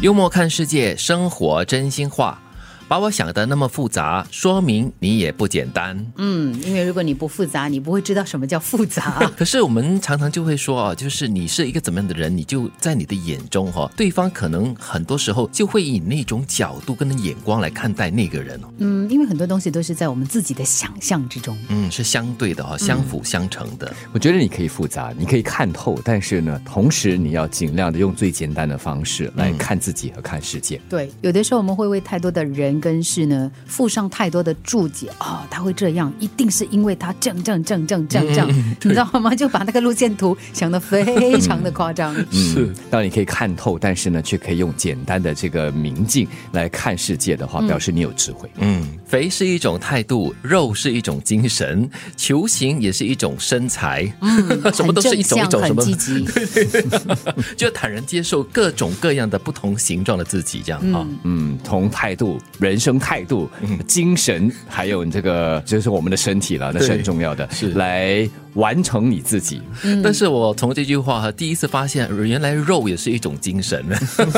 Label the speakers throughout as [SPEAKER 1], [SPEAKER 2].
[SPEAKER 1] 幽默看世界，生活真心话。把我想的那么复杂，说明你也不简单。。
[SPEAKER 2] 嗯，因为如果你不复杂，你不会知道什么叫复杂
[SPEAKER 1] 可是我们常常就会说啊，就是你是一个怎么样的人，你就在你的眼中哈、对方可能很多时候就会以那种角度跟眼光来看待那个人哦。
[SPEAKER 2] 嗯，因为很多东西都是在我们自己的想象之中。
[SPEAKER 1] 嗯，是相对的哈、相辅相成的。
[SPEAKER 3] 我觉得你可以复杂，你可以看透，但是呢，同时你要尽量的用最简单的方式来看自己和看世界。
[SPEAKER 2] 对，有的时候我们会为太多的人跟事呢附上太多的注解哦，他会这样，一定是因为他这样这样这样这样这样这样，
[SPEAKER 1] 嗯
[SPEAKER 2] 你知道吗？就把那个路线图想得非常的夸张。
[SPEAKER 3] 嗯，当你可以看透，但是呢，却可以用简单的这个明镜来看世界的话，表示你有智慧。
[SPEAKER 1] 嗯，肥是一种态度，肉是一种精神，球形也是一种身材。嗯 什么都是一种一种什
[SPEAKER 2] 很
[SPEAKER 1] 么
[SPEAKER 2] 正，向很积极。
[SPEAKER 1] 就坦然接受各种各样的不同形状的自己，这样哦哈、
[SPEAKER 3] 嗯，从态度、人生态度、
[SPEAKER 1] 嗯
[SPEAKER 3] 精神，还有你这个就是我们的身体了，那是
[SPEAKER 1] 对
[SPEAKER 3] 很重要的，
[SPEAKER 1] 是
[SPEAKER 3] 来完成你自己。
[SPEAKER 2] 嗯
[SPEAKER 1] 但是我从这句话哈，第一次发现，原来肉也是一种精神，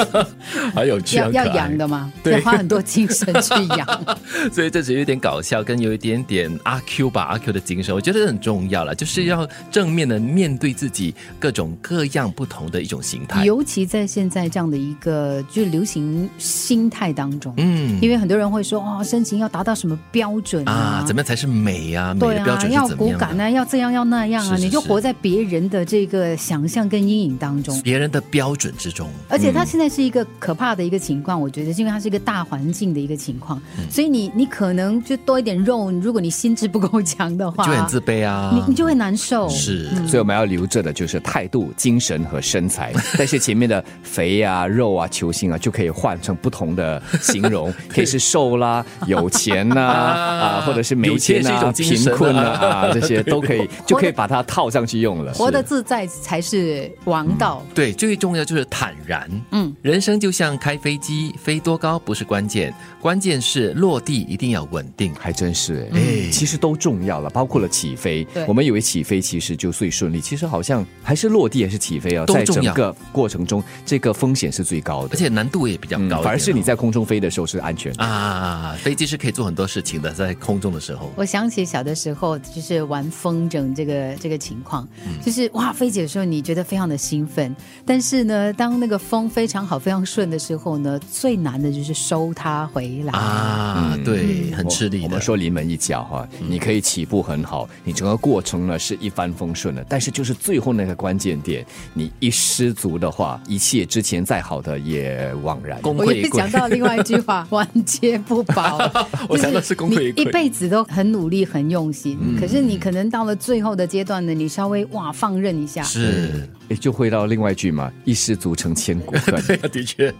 [SPEAKER 1] 好有趣，
[SPEAKER 2] 要
[SPEAKER 1] 很可
[SPEAKER 2] 要
[SPEAKER 1] 爱
[SPEAKER 2] 养的嘛，
[SPEAKER 1] 对
[SPEAKER 2] 要花很多精神去 养。
[SPEAKER 1] 所以这只有点搞笑，跟有一点点阿 Q 吧，阿 Q 的精神，我觉得很重要了，就是要正面的面对自己各种各样不同的一种形态。
[SPEAKER 2] 尤其在现在这样的一个就流行心态当中，
[SPEAKER 1] 嗯
[SPEAKER 2] 因为很多人会说哦，身形要达到什么标准
[SPEAKER 1] 啊
[SPEAKER 2] 啊，，
[SPEAKER 1] 怎么样才是美啊？美
[SPEAKER 2] 对
[SPEAKER 1] 的标
[SPEAKER 2] 啊，
[SPEAKER 1] 准
[SPEAKER 2] 要
[SPEAKER 1] 是怎么
[SPEAKER 2] 骨
[SPEAKER 1] 样的？
[SPEAKER 2] 感啊，要这样要那样啊，
[SPEAKER 1] 是是
[SPEAKER 2] 你就是活在别人的这个想象跟阴影当中。
[SPEAKER 1] 别人的标准之中，
[SPEAKER 2] 而且它现在是一个可怕的一个情况，我觉得，因为它是一个大环境的一个情况，
[SPEAKER 1] 嗯
[SPEAKER 2] 所以你你可能就多一点肉，如果你心智不够强的话，
[SPEAKER 1] 就很自卑啊。
[SPEAKER 2] 你你就会难受。
[SPEAKER 1] 是
[SPEAKER 3] 所以我们要留着的就是态度、精神和 身材，但是前面的肥啊、肉啊、球形啊，就可以换成不同的形 容，可以是瘦啦、有钱呐
[SPEAKER 1] 啊
[SPEAKER 3] 啊或者是没钱呐、
[SPEAKER 1] 有钱是一种精
[SPEAKER 3] 贫
[SPEAKER 1] 神啊
[SPEAKER 3] 困呐啊，这些都可以，就可以把它套上去用了。
[SPEAKER 2] 活得自在才是王道。
[SPEAKER 1] 对，最重要就是坦然。
[SPEAKER 2] 嗯，
[SPEAKER 1] 人生就像开飞机，飞多高不是关键，关键是落地一定要稳定。
[SPEAKER 3] 还真是哎、其实都重要了，包括了起飞
[SPEAKER 2] 嗯对。
[SPEAKER 3] 我们以为起飞其实就最顺利，其实好像还是落地还是起飞啊，
[SPEAKER 1] 都
[SPEAKER 3] 在
[SPEAKER 1] 重
[SPEAKER 3] 整
[SPEAKER 1] 要
[SPEAKER 3] 个过程中，这个风险是最高的，
[SPEAKER 1] 而且难度也比较高一
[SPEAKER 3] 嗯
[SPEAKER 1] 点哦、
[SPEAKER 3] 反而是你在空中飞的时候是安全的。
[SPEAKER 1] 啊，飞机是可以做很多事情的，在空中的时候。
[SPEAKER 2] 我想起小的时候，就是玩风筝这个这个情况，
[SPEAKER 1] 嗯
[SPEAKER 2] 就是哇飞起的时候，你觉得非常的兴奋，但是呢，当那个风非常好、非常顺的时候呢，最难的就是收它回来。
[SPEAKER 1] 啊，对，很吃力的。嗯
[SPEAKER 3] 嗯我。我们说临门一脚哈、你可以起步很好，你整个过程呢是一帆风顺的，但是就是最后那个关键点，你一失足的话，一切之前再好的也枉然。
[SPEAKER 1] 功
[SPEAKER 2] 我
[SPEAKER 1] 亏
[SPEAKER 2] 又
[SPEAKER 1] 一篑
[SPEAKER 2] 想，到另外一句 话，晚节不保。
[SPEAKER 1] 我想到是功亏一篑
[SPEAKER 2] 就是你一辈子都很努力、很用心，
[SPEAKER 1] 嗯
[SPEAKER 2] 可是你可能到了最后的阶段呢，你稍微哇放任一下，
[SPEAKER 1] 是，
[SPEAKER 3] 诶哎就回到另外一句嘛，一失足成千古 恨。
[SPEAKER 1] 对啊，的确，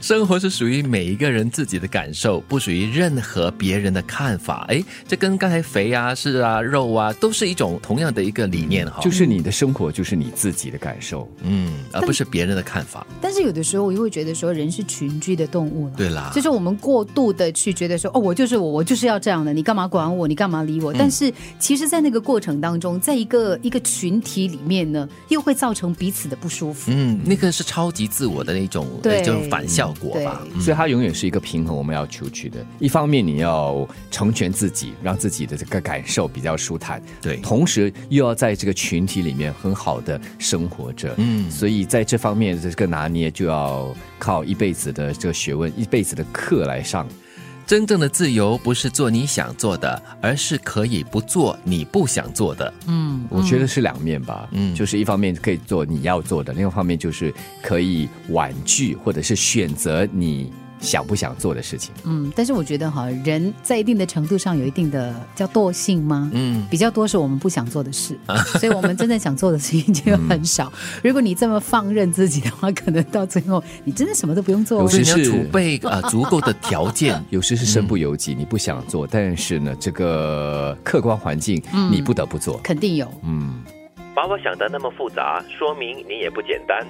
[SPEAKER 1] 生活是属于每一个人自己的感受，不属于任何别人的看法。哎，这跟刚才肥啊、是啊、肉啊，都是一种同样的一个理念哈。
[SPEAKER 3] 就是你的生活，就是你自己的感受。
[SPEAKER 1] 嗯，而不是别人的看法。
[SPEAKER 2] 但是有的时候我又会觉得说，人是群居的动物了。
[SPEAKER 1] 对啦，
[SPEAKER 2] 就是我们过度的去觉得说，哦，我就是我，我就是要这样的，你干嘛管我？你干嘛理我？但是其实，在那个过程当中，在一个一个群体里面呢，又会造成彼此的不舒服。
[SPEAKER 1] 嗯，那个是超级自我的那种，
[SPEAKER 2] 对
[SPEAKER 1] 呃就是反效果吧。嗯
[SPEAKER 3] 所以它永远是一个啊平衡，我们要求取的。一方面你要成全自己，让自己的这个感受比较舒坦，
[SPEAKER 1] 对
[SPEAKER 3] 同时又要在这个群体里面很好的生活着，
[SPEAKER 1] 嗯
[SPEAKER 3] 所以在这方面的这个拿捏就要靠一辈子的这个学问，一辈子的课来上。
[SPEAKER 1] 真正的自由不是做你想做的，而是可以不做你不想做的。
[SPEAKER 2] 嗯，
[SPEAKER 3] 我觉得是两面吧，
[SPEAKER 1] 嗯
[SPEAKER 3] 就是一方面可以做你要做的，另一方面就是可以婉拒或者是选择你想不想做的事情。
[SPEAKER 2] 嗯，但是我觉得哈，人在一定的程度上有一定的叫惰性吗？
[SPEAKER 1] 嗯，
[SPEAKER 2] 比较多是我们不想做的事，所以我们真正想做的事情就很少。如果你这么放任自己的话，可能到最后你真的什么都不用做
[SPEAKER 3] 有
[SPEAKER 2] 哦。
[SPEAKER 1] 所以你要
[SPEAKER 3] 是。
[SPEAKER 1] 储备呃足够的条件
[SPEAKER 3] 有时是身不由
[SPEAKER 1] 嗯
[SPEAKER 3] 己，你不想做，但是呢，这个客观环境、
[SPEAKER 1] 嗯
[SPEAKER 3] 你不得不做。
[SPEAKER 2] 肯定有。
[SPEAKER 3] 嗯，
[SPEAKER 4] 把我想的那么复杂，说明你也不简单。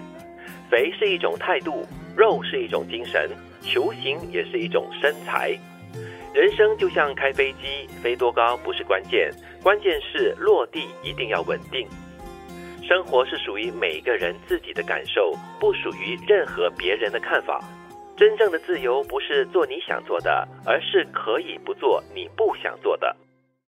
[SPEAKER 4] 肥是一种态度，肉是一种精神，球形也是一种身材。人生就像开飞机，飞多高不是关键，关键是落地一定要稳定。生活是属于每个人自己的感受，不属于任何别人的看法。真正的自由不是做你想做的，而是可以不做你不想做的。